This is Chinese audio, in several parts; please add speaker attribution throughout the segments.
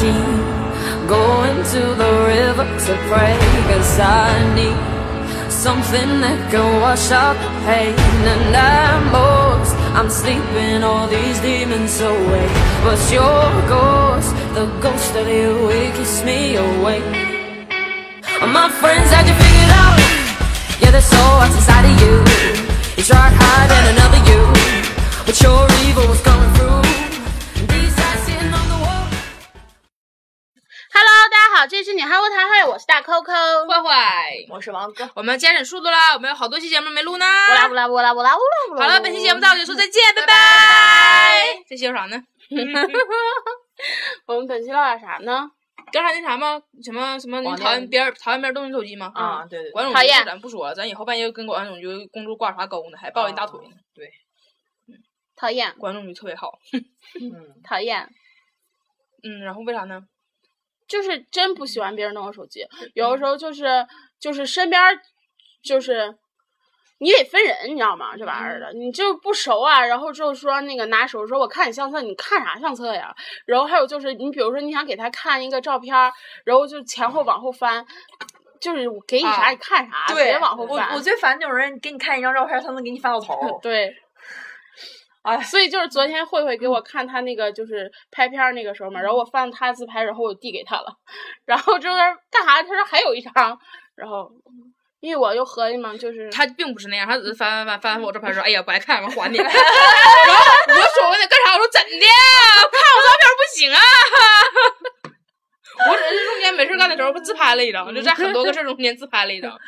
Speaker 1: keep going to the river to pray. Cause I need something that can wash out the pain. And I'm lost, I'm sleeping all these demons away. But your ghost, the ghost of you, it keeps me awake. All my friends had you figured out. Yeah, there's so much inside of you. You tried hiding another you, but your evil was coming through. And these eyes sitting on the wall.
Speaker 2: Hello，大家好，这里是女孩舞台会，我是大 Coco，
Speaker 3: 坏坏，
Speaker 2: 我是王哥，
Speaker 3: 我们加紧速度啦，我们有好多期节目没录呢。
Speaker 2: 我哦啦我啦我啦我啦我啦。
Speaker 3: 好了，本期节目到这里说再见，拜拜。这期有啥呢？
Speaker 2: 我们本期唠点啥呢？
Speaker 3: 刚才那啥吗？什么什么？你
Speaker 4: 广电
Speaker 3: 讨厌别人讨厌别人动你手机吗？
Speaker 4: 啊，对对对
Speaker 3: 管总
Speaker 2: 讨
Speaker 3: 这
Speaker 2: 厌
Speaker 3: 事咱不说了，咱以后半夜跟管总就公主挂啥钩呢？还抱一大腿呢。
Speaker 2: 讨厌
Speaker 3: 管总就特别好，
Speaker 4: 嗯，
Speaker 2: 讨厌，
Speaker 3: 嗯，然后为啥呢？
Speaker 2: 就是真不喜欢别人动我手机，有
Speaker 4: 嗯
Speaker 2: 的时候就是就是身边儿就是。你得分人，你知道吗？这玩意儿的，
Speaker 4: 嗯
Speaker 2: 你就不熟啊。然后之后说那个拿手说，我看你相册，你看啥相册呀？然后还有就是，你比如说你想给他看一个照片儿，然后就前后往后翻，就是我给你啥
Speaker 3: 啊
Speaker 2: 你看啥，
Speaker 4: 对，
Speaker 2: 别往后
Speaker 4: 我
Speaker 2: 翻。。
Speaker 4: 我最烦这种人，给你看一张照片，他能给你翻到头儿
Speaker 2: 对，
Speaker 4: 哎嗯
Speaker 2: 所以就是昨天慧慧给我看她那个就是拍片儿那个时候嘛，然后我翻她自拍，然后我递给她了，然后之后她说干啥？她说还有一张，然后因为我又合计嘛，就是
Speaker 3: 他并不是那样，他只是翻翻翻翻翻我照片说，哎呀不爱看，完还 你。然后我说我得干啥？我说怎的？看我照片不行啊？ 我只是中间没事干的时候不自拍了一张，就在很多个事儿中间自拍了一 张。
Speaker 4: 嗯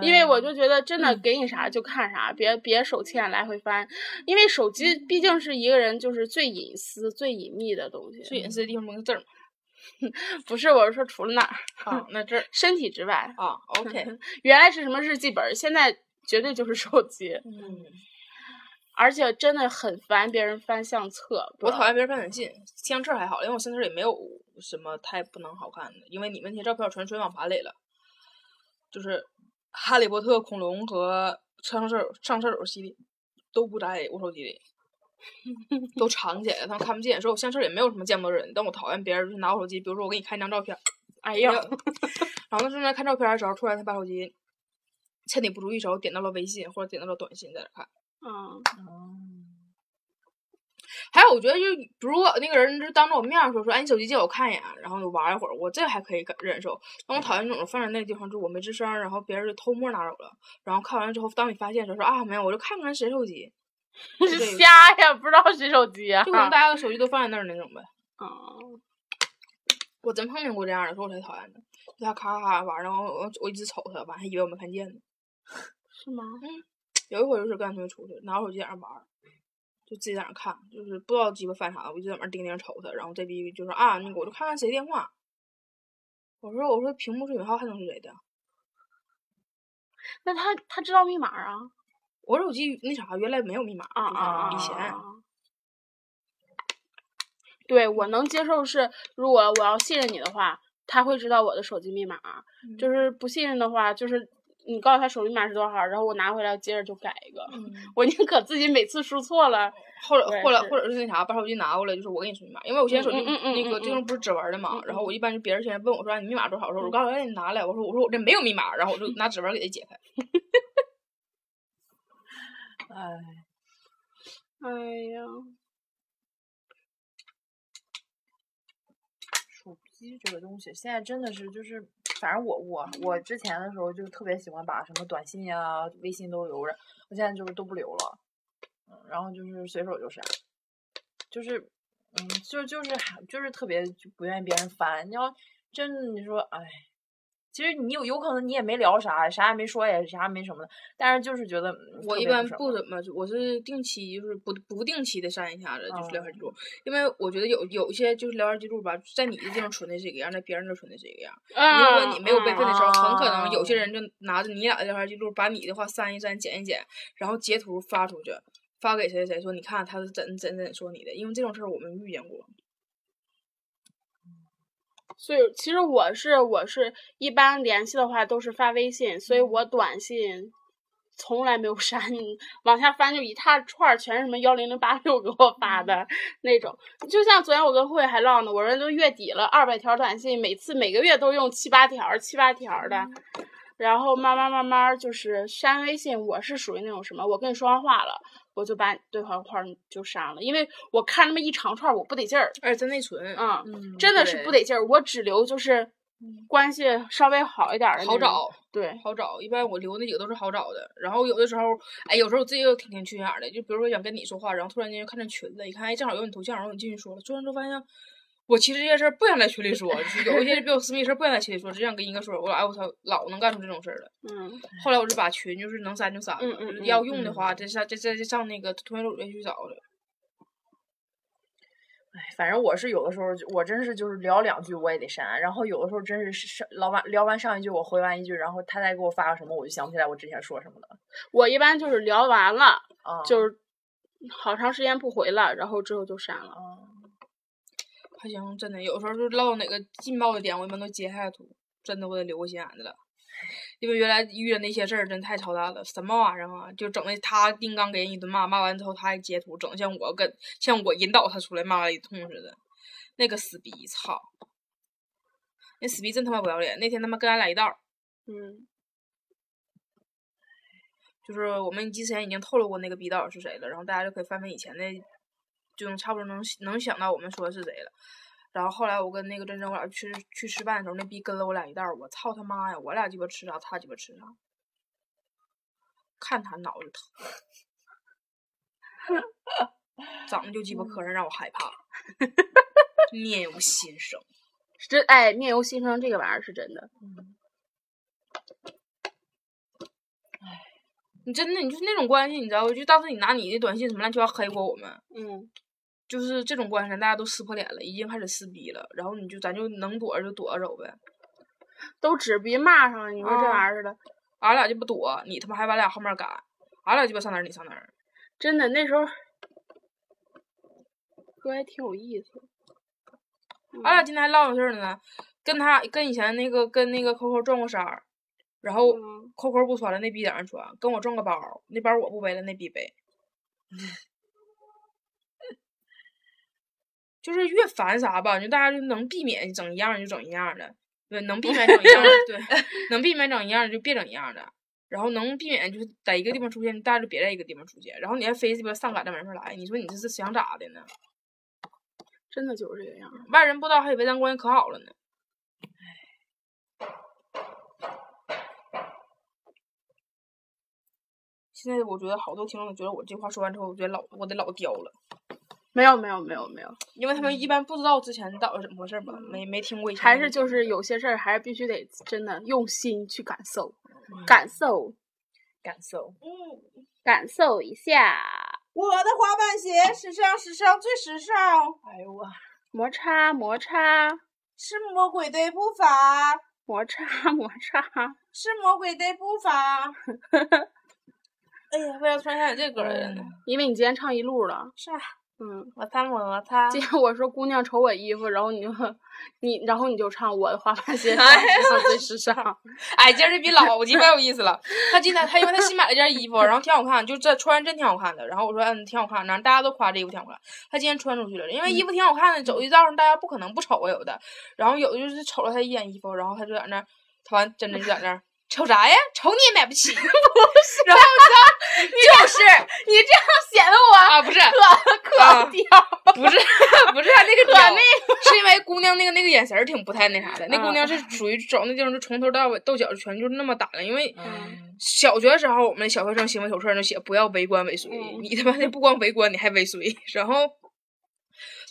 Speaker 2: 因为我就觉得真
Speaker 3: 嗯
Speaker 2: 的给你啥就看啥，别别手欠来回翻，因为手机毕竟是一个人就是最隐私、最隐秘的东西。
Speaker 3: 最隐私的地方不是字儿吗？
Speaker 2: 不是我是说除了那儿，
Speaker 3: 啊，那这儿
Speaker 2: 身体之外，
Speaker 3: 啊，OK，
Speaker 2: 原来是什么日记本儿，现在绝对就是手机。
Speaker 4: 嗯，
Speaker 2: 而且真的很烦别人翻相册。
Speaker 3: 我讨厌别人翻短信，相册还好，因为我相册里没有什么太不能好看的，因为你们那些照片全存网盘里了，就是《哈利波特》、恐龙和上厕所上厕所系列都不在我手机里，都藏起来了，他们看不见。所以我相册也没有什么见不得人，但我讨厌别人就是拿我手机，比如说我给你看一张照片，
Speaker 2: 哎
Speaker 3: 哎
Speaker 2: 呀，
Speaker 3: 然后他正在看照片的时候，突然他把手机趁你不注意的时候点到了微信或者点到了短信，在那看。
Speaker 2: 嗯，
Speaker 3: 还有，我觉得就是如果那个人就是当着我面儿说说，哎，你手机借我看一眼，然后就玩一会儿，我这还可以忍受。但我讨厌那种放在那个地方，就我没吱声儿，然后别人就偷摸拿走了，然后看完了之后，当你发现的时候说啊，没有，我就看看谁手机，
Speaker 2: 你
Speaker 3: 对
Speaker 2: 是 瞎呀，不知道谁手机啊
Speaker 3: 就？可能大家的手机都放在那儿那种呗。
Speaker 2: 嗯，
Speaker 3: 我真碰见过这样的，所以我才讨厌的。就他咔咔咔玩儿，然后我我一直瞅他，完还以为我没看见呢。
Speaker 2: 是吗？
Speaker 3: 有一回就是跟俺同学出去，拿我手机在那玩儿，就自己在那看，就是不知道鸡巴犯啥了，我就在那儿盯盯瞅他，然后这逼就说啊，那个我就看看谁电话。我说我说屏幕是允浩还能是谁的？
Speaker 2: 那他他知道密码啊？
Speaker 3: 我手机那啥原来没有密码，
Speaker 2: 啊
Speaker 3: 就是
Speaker 2: 啊啊！
Speaker 3: 以
Speaker 2: 啊
Speaker 3: 前
Speaker 2: 啊对我能接受是，如果我要信任你的话，他会知道我的手机密码；就是不信任的话，就是你告诉他手机密码是多少，然后我拿回来接着就改一个。
Speaker 3: 嗯
Speaker 2: 我宁可自己每次输错了，
Speaker 3: 后
Speaker 2: 我也
Speaker 3: 来后来
Speaker 2: 是
Speaker 3: 或者是那啥，把手机拿过来，就是我给你说密码，因为我现在手机
Speaker 2: 嗯嗯嗯嗯
Speaker 3: 那个
Speaker 2: 嗯
Speaker 3: 这种不是指纹的
Speaker 2: 嗯
Speaker 3: 嘛
Speaker 2: 嗯，
Speaker 3: 然后我一般就别人现在问我说啊你密码多少的时候，我告诉他哎你拿来，我说我说我这没有密码，然后我就拿指纹给他解开。
Speaker 4: 哎，
Speaker 2: 哎呀，
Speaker 4: 手机这个东西现在真的是就是，反正我我我之前的时候就特别喜欢把什么短信呀、微信都留着，我现在就是都不留了，嗯，然后就是随手就删，就是嗯，就就是还就是特别就不愿意别人翻。你要真的你说哎，其实你有有可能你也没聊啥，啥也没说也啥也没什么的，但是就是觉得嗯
Speaker 3: 我
Speaker 4: 特
Speaker 3: 一
Speaker 4: 别
Speaker 3: 般
Speaker 4: 什
Speaker 3: 不
Speaker 4: 么
Speaker 3: 怎么，就我是定期就是不不定期的删一下子，就是聊天记
Speaker 2: 哦
Speaker 3: 录，因为我觉得有有一些就是聊天记录吧，在你的地方存的是一个样，在别人那存的是一个样。如
Speaker 2: 啊
Speaker 3: 果你没有备
Speaker 2: 嗯
Speaker 3: 份的时候，很可能有些人就拿着你俩的聊天记录，把你的话删一删、剪一剪，然后截图发出去，发给谁谁谁说，你看他是怎怎怎说你的，因为这种事儿我们遇见过。
Speaker 2: 所以其实我是我是一般联系的话都是发微信，所以我短信从来没有删， 往下翻就一大串儿，全是什么幺零零八六给我发的 那种。就像昨天我跟慧慧还唠呢，我说都月底了，二百条短信，每次每个月都用七八条儿，七八条儿的。然后慢慢慢慢就是删微信，我是属于那种什么，我跟你说完话了，我就把你对话框就删了，因为我看那么一长串儿，我不得劲儿，
Speaker 3: 而且在内存，
Speaker 2: 啊、
Speaker 4: 嗯
Speaker 2: 真的是不
Speaker 3: 对
Speaker 2: 得劲儿。我只留就是关系稍微嗯好一点儿的，
Speaker 3: 好找。
Speaker 2: 对，
Speaker 3: 好找，一般我留那几个都是好找的。然后有的时候，哎，有时候我自己又挺挺缺心眼儿的，就比如说想跟你说话，然后突然间就看见群了，一看，哎，正好有你头像，然后你进去说了，说完之后发现，我其实这些事儿不想在群里说，就是有一些比较私密的事儿不想在群里说，只想跟一个说，我哎我操，老能干出这种事儿了。
Speaker 2: 嗯，
Speaker 3: 后来我就把群就是能删就删了，
Speaker 2: 嗯嗯
Speaker 3: 就是
Speaker 2: 嗯
Speaker 3: 要用的
Speaker 4: 嗯
Speaker 3: 话，再上再再再上那个通讯录里面去找了。
Speaker 4: 哎反正我是有的时候就，我真是就是聊两句我也得删，啊然后有的时候真是是是老板聊完上一句我回完一句，然后他再给我发个什么，我就想不起来我之前说什么了。
Speaker 2: 我一般就是聊完了，
Speaker 4: 啊，
Speaker 2: 就是好长时间不回了，然后之后就删了。
Speaker 4: 啊，
Speaker 3: 还行，真的，有时候就唠哪个劲爆的点，我一般都截下来图，真的我得留个心眼子了。因为原来遇见那些事儿真太操蛋了，什么玩意儿啊？就整的他叮当给人一顿骂，骂完之后他还截图，整得像我跟像我引导他出来骂了一通似的，那个死逼，操！那死逼真他妈不要脸！那天他妈跟俺俩一道儿，
Speaker 2: 嗯
Speaker 3: 就是我们之前已经透露过那个逼道是谁了，然后大家就可以翻翻以前的，就能差不多能能想到我们说的是谁了。然后后来我跟那个真真，我俩去去吃饭的时候，那逼跟了我俩一道儿，我操他妈呀！我俩鸡巴吃啥，他鸡巴吃啥，看他脑子疼，长得就鸡巴磕碜，让我害怕， 面有心生。
Speaker 2: 是真哎，面由心生这个玩意儿是真的，
Speaker 3: 你真的，你就是那种关系，你知道吗？就当时你拿你的短信什么乱七八糟黑过我们，
Speaker 2: 嗯，
Speaker 3: 就是这种关系，大家都撕破脸了，已经开始撕逼了，然后你就咱就能躲着就躲着走呗。
Speaker 2: 都只逼骂上了，你说这
Speaker 3: 啊
Speaker 2: 玩意儿的，
Speaker 3: 俺俩就不躲，你他妈还往俩后面赶，俺俩鸡巴上哪儿你上哪儿。
Speaker 2: 真的那时候哥还挺有意思，
Speaker 3: 俺俩今天还唠上事儿了呢，跟他跟以前那个跟那个 Coco 转过衫儿，然后
Speaker 2: 嗯
Speaker 3: Coco 不穿了，那逼在那穿，跟我转个包儿，那包儿我不背了，那逼背。 就是越烦啥吧，就大家就能避免整一样儿就整一样儿的，对，能避免整一样儿的，对，能避免整一样儿的就别整一样儿的，然后能避免就是在一个地方出现，大家就别在一个地方出现，然后你还非鸡巴上赶着门上来，你说你这是想咋的呢？
Speaker 2: 真的就是这个样儿。
Speaker 3: 外人不知道，还以为咱关系可好了呢。现在我觉得好多听众觉得我这话说完之后，我觉得老我得老刁了，
Speaker 2: 没有没有没有没有，
Speaker 3: 因为他们一般不知道之前到底怎么回事吧，没没听过以前的
Speaker 2: 还
Speaker 3: 那
Speaker 2: 是
Speaker 3: 种
Speaker 2: 就是有些事儿还是必须得真的用心去感受，感受
Speaker 4: 感受。
Speaker 2: 感受一下。
Speaker 5: 我的滑板鞋时尚，时尚最时尚，
Speaker 4: 哎呦我，
Speaker 2: 摩擦摩擦
Speaker 5: 是魔鬼的步伐，
Speaker 2: 摩擦 摩擦，
Speaker 5: 是魔鬼的步 伐。
Speaker 3: 哎呀，为啥突然想起这歌来了呢？
Speaker 2: 因为你今天唱一路了。
Speaker 3: 是啊，
Speaker 2: 嗯，
Speaker 3: 我擦我我擦，
Speaker 2: 今天我说姑娘瞅我衣服，然后你就你，然后你就唱我的滑 板鞋上时尚最时尚。
Speaker 3: 哎，今儿这比老鸡巴有意思了。他今天他因为他新买了件衣服，然后挺好看，就这穿真挺好看的。然后我说嗯挺好看，然后大家都夸这衣服挺好看。他今天穿出去了，因为衣服挺好看的，走一道上大家不可能不瞅啊有的。然后有的就是瞅了他一眼衣服，然后他就在那儿，他完真真就在那儿瞅啥呀？瞅你也 买不起。然后他 就是
Speaker 2: 你这 样显得我
Speaker 3: 啊不 是
Speaker 2: 可屌，
Speaker 3: 不是不是他啊那个嗯屌，是因为姑娘那个那个眼神儿挺不太那啥的。那姑娘是属于走那地方就从头到尾到脚全就那么打量，因为。
Speaker 4: 嗯，
Speaker 3: 小学时候，我们小学生行为手册上就写不要围观尾随，
Speaker 2: 嗯
Speaker 3: 你他妈的不光围观，你还尾随。然后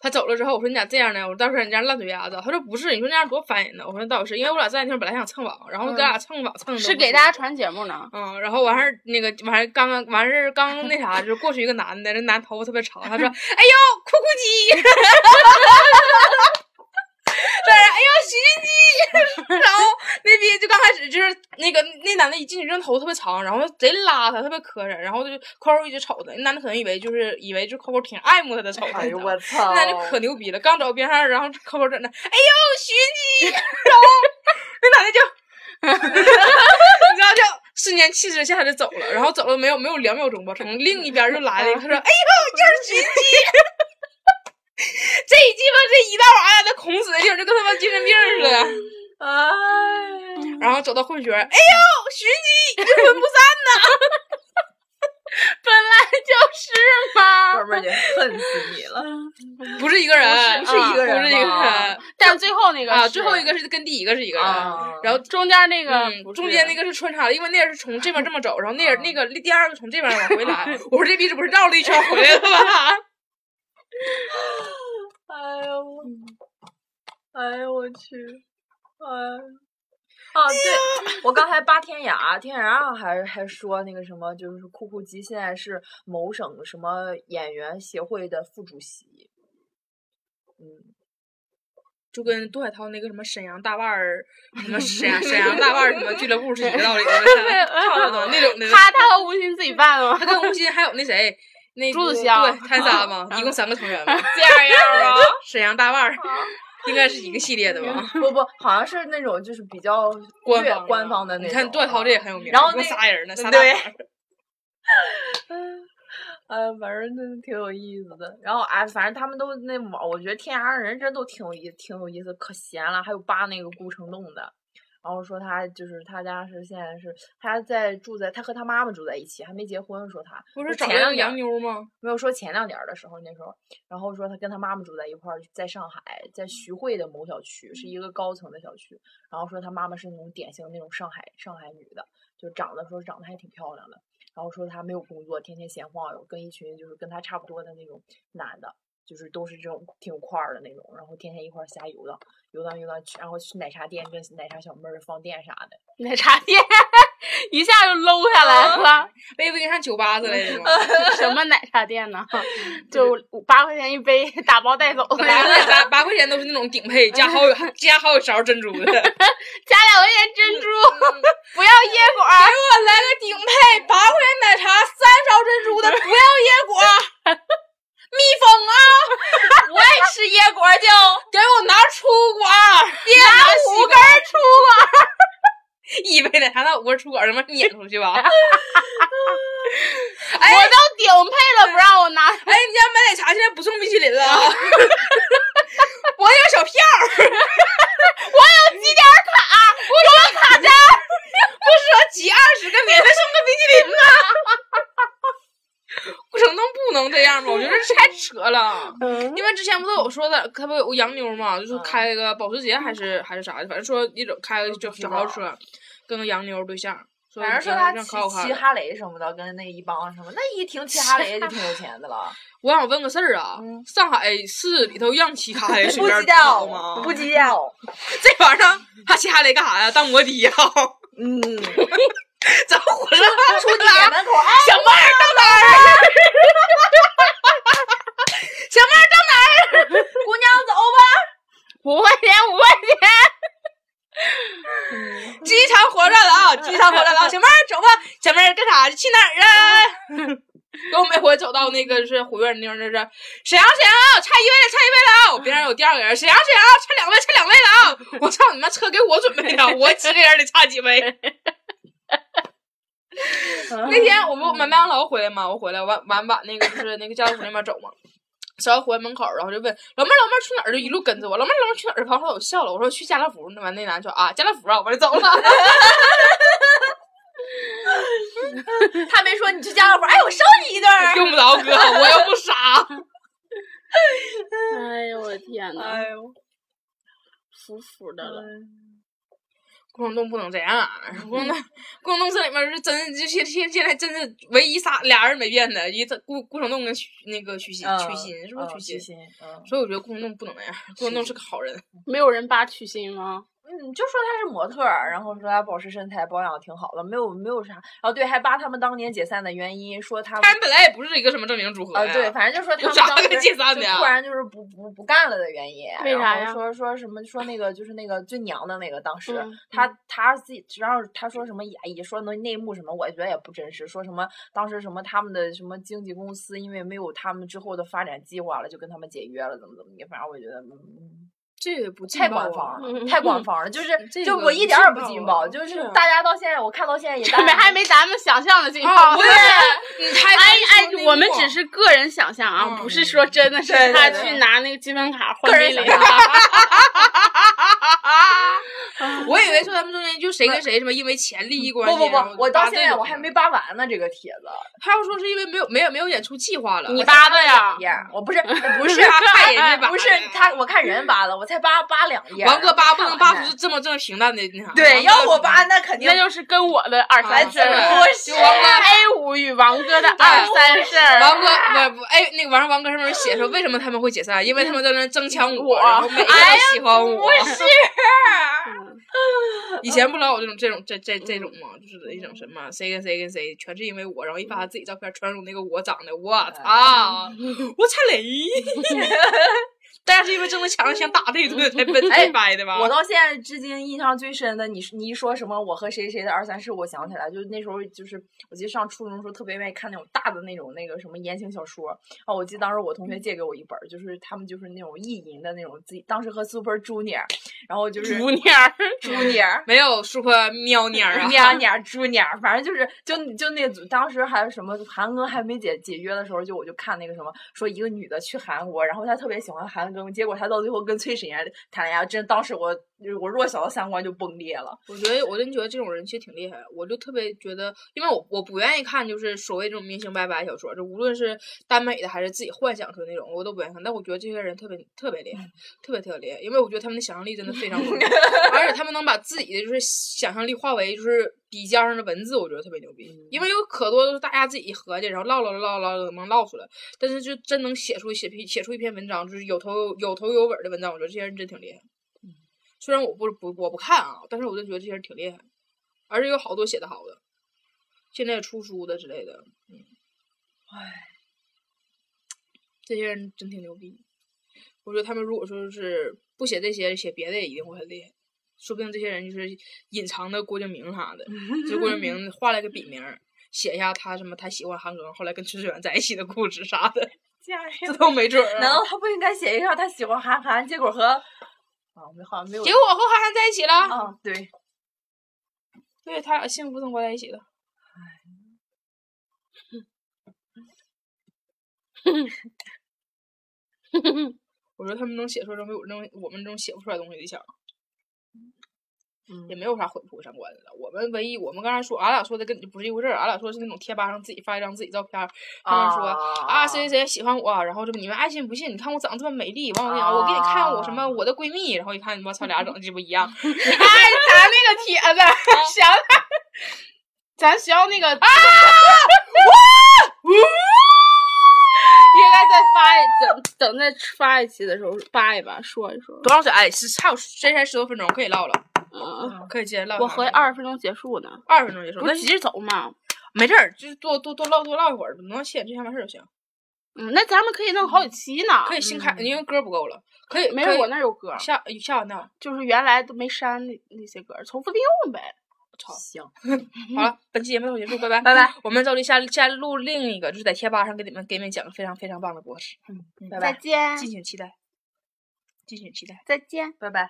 Speaker 3: 他走了之后，我说你咋这样呢？我说到时候你这样烂嘴牙子。他说不是，你说那样多烦人呢。我说倒是，因为我俩这两天本来想蹭网，然后咱俩蹭网蹭
Speaker 2: 嗯
Speaker 3: 的
Speaker 2: 是给大家。传节目呢。
Speaker 3: 嗯，然后完事儿那个完事儿刚刚完事儿刚那啥，就过去一个男的，那男头发特别长，他说：“哎呦，哭哭鸡。”当然，哎呦，洗衣机。然后那逼就刚开始就是那个那男的一进去，这头特别长，然后贼邋遢，特别磕碜，然后就抠抠一直瞅他。那男的可能以为就是以为就抠抠挺爱慕他的瞅他，
Speaker 4: 哎
Speaker 3: 你
Speaker 4: 呦
Speaker 3: 知道吗
Speaker 4: 我操！
Speaker 3: 那就可牛逼了，刚走边上，然后扣扣在那，哎 呦，寻机，然后那男的就，你知道就瞬间气势一下就走了，然后走了没有没有两秒钟吧，从另一边就来了一个，他说：“哎呦，又是群鸡！” 这一鸡巴这一道玩意儿，那孔子的劲儿就跟他妈精神病似的。
Speaker 4: 哎，
Speaker 3: 然后走到混血儿，哎呦，寻鸡一魂不散呐！
Speaker 2: 本来就是嘛，
Speaker 4: 哥们儿就恨死你 了。
Speaker 3: 不是一个人，
Speaker 4: 不是一个人
Speaker 3: 啊不是一个
Speaker 4: 吗
Speaker 3: 人
Speaker 2: 但最后那个
Speaker 3: 啊！
Speaker 2: 是
Speaker 3: 最后一 个是跟第一个是一个人，
Speaker 4: 啊
Speaker 3: 然后
Speaker 2: 中间那个
Speaker 3: 嗯
Speaker 2: 不是
Speaker 3: 中间那个是嗯穿插的，因为那人是从这边这么走，然后那人、那个第二个从这边往回来。我说这逼是不是绕了一圈回来了吧？
Speaker 4: 哎呦我，
Speaker 3: 嗯
Speaker 4: 哎呦我去，哎。 啊，对，我刚才扒天涯，天涯还还说那个什么，就是酷酷鸡现在是某省什么演员协会的副主席，嗯，
Speaker 3: 就跟杜海涛那个什么沈阳大腕儿，什么沈 阳沈阳大腕儿什么俱乐部是一个道理的，差不多那种的。
Speaker 2: 他他和吴昕自己办的吗？
Speaker 3: 他跟吴昕还有那谁，那
Speaker 2: 朱子
Speaker 3: 个
Speaker 2: 骁
Speaker 3: 对，他仨嘛，一共三个成员嘛，
Speaker 2: 这样样啊，
Speaker 3: 沈阳大腕儿应该是一个系列的吧？
Speaker 4: 不不，好像是那种就是比较
Speaker 3: 嗯官
Speaker 4: 略
Speaker 3: 方的
Speaker 4: 官方的那
Speaker 3: 你
Speaker 4: 种。嗯
Speaker 3: 看杜海涛这也很有名，
Speaker 4: 然后
Speaker 3: 一共
Speaker 4: 那
Speaker 3: 仨人呢，仨大腕
Speaker 4: 对
Speaker 3: 儿。
Speaker 4: 哎，反正真的挺有意思的。然后哎，反正他们都那网，我觉得天涯人真都挺有意，挺有意思，可闲了。还有扒那个顾城栋的，然后说他就是他家是现在是他在住在他和他妈妈住在一起，还没结婚。说他
Speaker 3: 不
Speaker 4: 就是
Speaker 3: 找
Speaker 4: 前
Speaker 3: 着
Speaker 4: 两年
Speaker 3: 洋妞吗？
Speaker 4: 没有说前两年儿的时候，那时候，然后说他跟他妈妈住在一块儿，在上海，在徐汇的某小区，是
Speaker 2: 嗯
Speaker 4: 一个高层的小区。然后说他妈妈是那种典型那种上海上海女的，就长得说长得还挺漂亮的。然后说她没有工作，天天闲晃悠，跟一群就是跟她差不多的那种男的，就是都是这种挺块儿的那种，然后天天一块儿瞎游荡，游荡游荡去，然后去奶茶店跟奶茶小妹儿放电啥的。
Speaker 2: 奶茶店 一下就搂下来了。
Speaker 3: 微微上酒吧之类的吗？
Speaker 2: 什么奶茶店呢？就五八块钱一杯， 打包带走 的
Speaker 3: 八块钱八八块钱都是那种顶配，加 好有加好有勺珍珠的。
Speaker 2: 加两块钱珍珠，不要椰果儿。
Speaker 3: 给哎我来个顶配八块钱奶茶，三勺珍珠的，不要椰果。 蜜蜂啊，我爱吃椰果就给我拿出果儿， 拿五根出果。 一杯奶茶那五根出果儿他妈撵出去吧！ 哎
Speaker 2: 我都顶配了，不让我拿。
Speaker 3: 哎，你家买奶茶现在不送冰淇淋了 啊，我有小票 儿，我有几点卡，我有卡单，不说集二十个免费送个冰淇淋吗？顾城栋不能这样吧？我觉得这太扯了。
Speaker 2: 嗯
Speaker 3: 因为之前不都有说的，他不有个洋妞嘛，就是开一个保时捷还是还是啥的，反正说一整开个就小豪车，跟个洋妞对象，
Speaker 4: 反正说
Speaker 3: 他
Speaker 4: 他骑骑哈雷什么的，跟那一帮什么，那一听骑哈雷就挺有钱的 了。
Speaker 3: 我想问个事儿啊，上海市里头让 骑哈雷随
Speaker 4: 嗯不
Speaker 3: 便
Speaker 4: 知
Speaker 3: 跑
Speaker 4: 道啊
Speaker 3: 吗？，
Speaker 4: 不 知道。
Speaker 3: 这玩意儿他骑哈雷干啥呀？当摩的呀？
Speaker 4: 嗯，
Speaker 3: 走火车站出去
Speaker 4: 铁
Speaker 3: 啊？
Speaker 4: 门口哎，
Speaker 3: 小妹儿到哪 儿？啊小妹儿到哪儿？啊
Speaker 4: 姑娘走吧。
Speaker 2: 五块钱，五块钱，
Speaker 3: 机场火车站了啊！机场火车站了，小妹儿走吧。小妹儿干啥？去哪儿 啊？然后每回走到那个是虎院那儿，就是沈阳沈阳啊，差一位了，差一位了啊！我边上有第二个人，沈阳沈阳啊，差两位，差两位了啊！我操，你妈车给我准备的，我几个人得差几位？那
Speaker 4: 嗯
Speaker 3: 天我不买麦当劳回来嘛，我回来晚晚晚那个就是那个家乐福那边走嘛，小伙回门口，然后就问老妹儿老妹儿去哪儿，就一路跟着我，老妹儿老妹儿去哪儿？旁边我笑了，我说去家乐福，那完那男说啊家乐福啊，我就走了。
Speaker 4: 他没说你去家乐福，哎，我收你一顿儿。
Speaker 3: 用不着哥，我又不傻。
Speaker 2: 哎呦我的天
Speaker 3: 嗯
Speaker 2: 呐，
Speaker 4: 哎呦，
Speaker 2: 服服的了。
Speaker 3: 宫城洞不能这样、啊，宫城洞，宫城洞这里面是真就现现现在真是唯一仨俩人没变的，一个顾顾城洞跟许那个许昕，许昕是不是
Speaker 4: 曲
Speaker 3: 许昕？
Speaker 4: 心？嗯
Speaker 3: 所以我觉得顾城洞不能那样，顾城洞是个好人。
Speaker 2: 嗯没有人扒曲心吗？
Speaker 4: 嗯，就说她是模特儿，然后说她保持身材保养得挺好的，没有没有啥。然后对，还扒他们当年解散的原因，说他们
Speaker 3: 他们本来也不是一个什么正经组合
Speaker 4: 啊，
Speaker 3: 呀
Speaker 4: 对，反正就说他
Speaker 3: 有
Speaker 4: 们
Speaker 3: 啥
Speaker 4: 当时
Speaker 3: 可解散
Speaker 4: 就
Speaker 3: 的呀
Speaker 4: 突然就是不不不干了的原因。
Speaker 2: 为
Speaker 4: 然
Speaker 2: 啥
Speaker 4: 后
Speaker 2: 呀
Speaker 4: 说说什么说那个就是那个最娘的那个，当时、
Speaker 2: 嗯
Speaker 4: 他他自己，然后他说什么也也说那内幕什么，我觉得也不真实。说什么当时什么他们的什么经纪公司因为没有他们之后的发展计划了，就跟他们解约了，怎么怎么的。反正我觉得，嗯，
Speaker 3: 这个不劲
Speaker 6: 太
Speaker 3: 爆
Speaker 6: 官
Speaker 3: 啊
Speaker 6: 方了，
Speaker 2: 嗯
Speaker 6: 太官方了，就是
Speaker 3: 这
Speaker 6: 就
Speaker 3: 个
Speaker 6: 我一
Speaker 3: 不
Speaker 6: 点儿也
Speaker 3: 劲
Speaker 6: 不
Speaker 3: 爆
Speaker 6: 劲
Speaker 3: 啊
Speaker 6: 爆，就是
Speaker 3: 是啊
Speaker 6: 大家到现在我看到现在 也
Speaker 2: 这没
Speaker 6: 大家
Speaker 2: 还没咱们想象的劲
Speaker 3: 啊，
Speaker 2: 爆。
Speaker 3: 对，你太
Speaker 2: 哎
Speaker 3: 爱
Speaker 2: 哎，我们只是个人想象啊，
Speaker 3: 嗯
Speaker 2: 不是说真的是
Speaker 6: 对对
Speaker 2: 他
Speaker 6: 对
Speaker 2: 去拿那个积分卡
Speaker 6: 个
Speaker 2: 换
Speaker 6: 人
Speaker 2: 冰
Speaker 6: 想
Speaker 2: 凌。
Speaker 3: 我以为说咱们中间就谁跟谁什么因为钱利益关系，
Speaker 6: 不不
Speaker 3: 然后啊
Speaker 6: 不，我到
Speaker 3: 扒
Speaker 6: 现
Speaker 3: 这
Speaker 6: 在
Speaker 3: 种
Speaker 6: 我还
Speaker 3: 的
Speaker 6: 没，扒完呢这个帖子。
Speaker 3: 他要说是因为没有没有没有演出计划 了，
Speaker 2: 你扒的呀？
Speaker 6: 呀，我不 是不是啊
Speaker 3: 他看人家扒
Speaker 6: 不是
Speaker 3: 的呀
Speaker 6: 他，我看人扒的，我才扒扒两
Speaker 3: 哎
Speaker 6: 页。
Speaker 3: 王哥扒不能扒
Speaker 6: 看
Speaker 3: 出这么这么平淡的那啥。
Speaker 6: 对，
Speaker 3: 王
Speaker 6: 要
Speaker 3: 哥嗯
Speaker 6: 我扒那肯定
Speaker 2: 那就是跟我的二
Speaker 3: 啊
Speaker 2: 三事儿，
Speaker 3: 对
Speaker 2: 就王哥 A 五与王哥的二三事儿。
Speaker 3: 王哥不不哎，那个王王哥上面写说为什么他们会解散，啊因为他们在那争抢我，
Speaker 2: 我
Speaker 3: 然后每个
Speaker 2: 哎
Speaker 3: 人
Speaker 2: 呀
Speaker 3: 喜欢我。
Speaker 6: 不是
Speaker 3: 以前不老有这种这种这这这种吗？就是一种什么谁跟谁跟谁，全是因为我，然后一发他自己照片，传出那个我长得，我
Speaker 2: 哎
Speaker 3: 操，我踩 雷。大家是因为真的抢着想打这一顿才
Speaker 2: 哎
Speaker 3: 分才掰的吧？
Speaker 6: 我到现在至今印象最深的，你是你一说什么我和谁谁的二三事，我想起来，就是那时候就是我记得上初中的时候特别愿意看那种大的那种那个什么言情小说啊，我记得当时我同学借给我一本儿，就是他们就是那种意淫的那种，自己当时和 Super Junior，然后就是
Speaker 2: 姑娘，
Speaker 6: Junior。
Speaker 3: 没有 super 喵妮儿啊，
Speaker 6: 蔫儿蔫儿猪蔫儿，反正就是就就那组，当时还有什么韩庚还没解解约的时候，就我就看那个什么，说一个女的去韩国，然后她特别喜欢韩庚，结果她到最后跟崔始源谈恋爱，真当时我我弱小的三观就崩裂 了。
Speaker 3: 我觉得，我真觉得这种人其实挺厉害的。我就特别觉得，因为我我不愿意看，就是所谓这种明星拜拜小说，就无论是耽美的还是自己幻想出的那种，我都不愿意看。但我觉得这些人特别特别厉害，特别特别厉害，因为我觉得他们的想象力真的非常丰富，而且他们能把自己的就是想象力化为就是笔尖儿上的文字，我觉得特别牛逼。因为有可多都是大家自己一合计，然后唠唠唠唠唠能唠出来，但是就真能写出写篇写出一篇文章，就是有头有有头有尾儿的文章，我觉得这些人真挺厉害。虽然我不不我不看啊，但是我就觉得这些人挺厉害，而且有好多写的好的，现在出书的之类的，嗯，唉，这些人真挺牛逼。我觉得他们如果说是不写这些，写别的也一定会很厉害。说不定这些人就是隐藏的郭敬明啥的，就郭敬明画了个笔名儿，写一下他什么他喜欢韩庚，后来跟崔始源在一起的故事啥的，这都没准儿、啊。
Speaker 6: 难道她不应该写一下她喜欢韩寒，结果和啊，没好像没有
Speaker 3: 结果和韩寒在一起了。
Speaker 6: 啊，对，
Speaker 3: 对他俩幸福生活在一起了。 我说他们能写出来东西，我能我们这种写不出来东西的想，
Speaker 2: 嗯
Speaker 3: 也没有啥毁不毁三观的了。我们唯一，我们刚才说，俺俩说的跟你不是一回事儿，俺俩说的是那种贴吧上自己发一张自己照片儿，他们说啊谁谁谁喜欢我，然后这不你们爱信不信？你看我长得这么美丽，完我跟你讲，我给你看我什么我
Speaker 2: 啊
Speaker 3: 的闺蜜，然后一看我操，俩长得鸡巴一样，
Speaker 2: 哎，咱那个帖子，想想， 咱学校那个啊，应该再发一等等再发一期的时候扒一扒说一说。
Speaker 3: 多少水？哎，是还有真才十多分钟可以唠了，
Speaker 2: 嗯，
Speaker 3: 可以接着唠一会儿。
Speaker 2: 我合计二十分钟结束呢，
Speaker 3: 二十分钟结束，
Speaker 2: 不
Speaker 3: 那
Speaker 2: 是急着走嘛。
Speaker 3: 没事儿，就是多多多唠多唠一会儿，能写这前完事儿就行。
Speaker 2: 嗯，那咱们可以弄好几期呢。
Speaker 3: 可以新开，因为歌不够了，可以
Speaker 2: 嗯没
Speaker 3: 可
Speaker 2: 有
Speaker 3: 以
Speaker 2: 我那儿有歌，
Speaker 3: 下下 完的。
Speaker 2: 就是原来都没删那那些歌，重复利用呗。
Speaker 6: 行，
Speaker 3: 好了，本期节目到此结束，拜拜
Speaker 6: 拜拜，
Speaker 3: 我们照例下下录另一个，就是在贴吧上给你们给你们讲个非常非常棒的故事，
Speaker 6: 拜
Speaker 2: 再
Speaker 6: 拜
Speaker 2: 见，
Speaker 3: 敬请期待，敬请期待。
Speaker 2: 再见。
Speaker 6: 拜拜。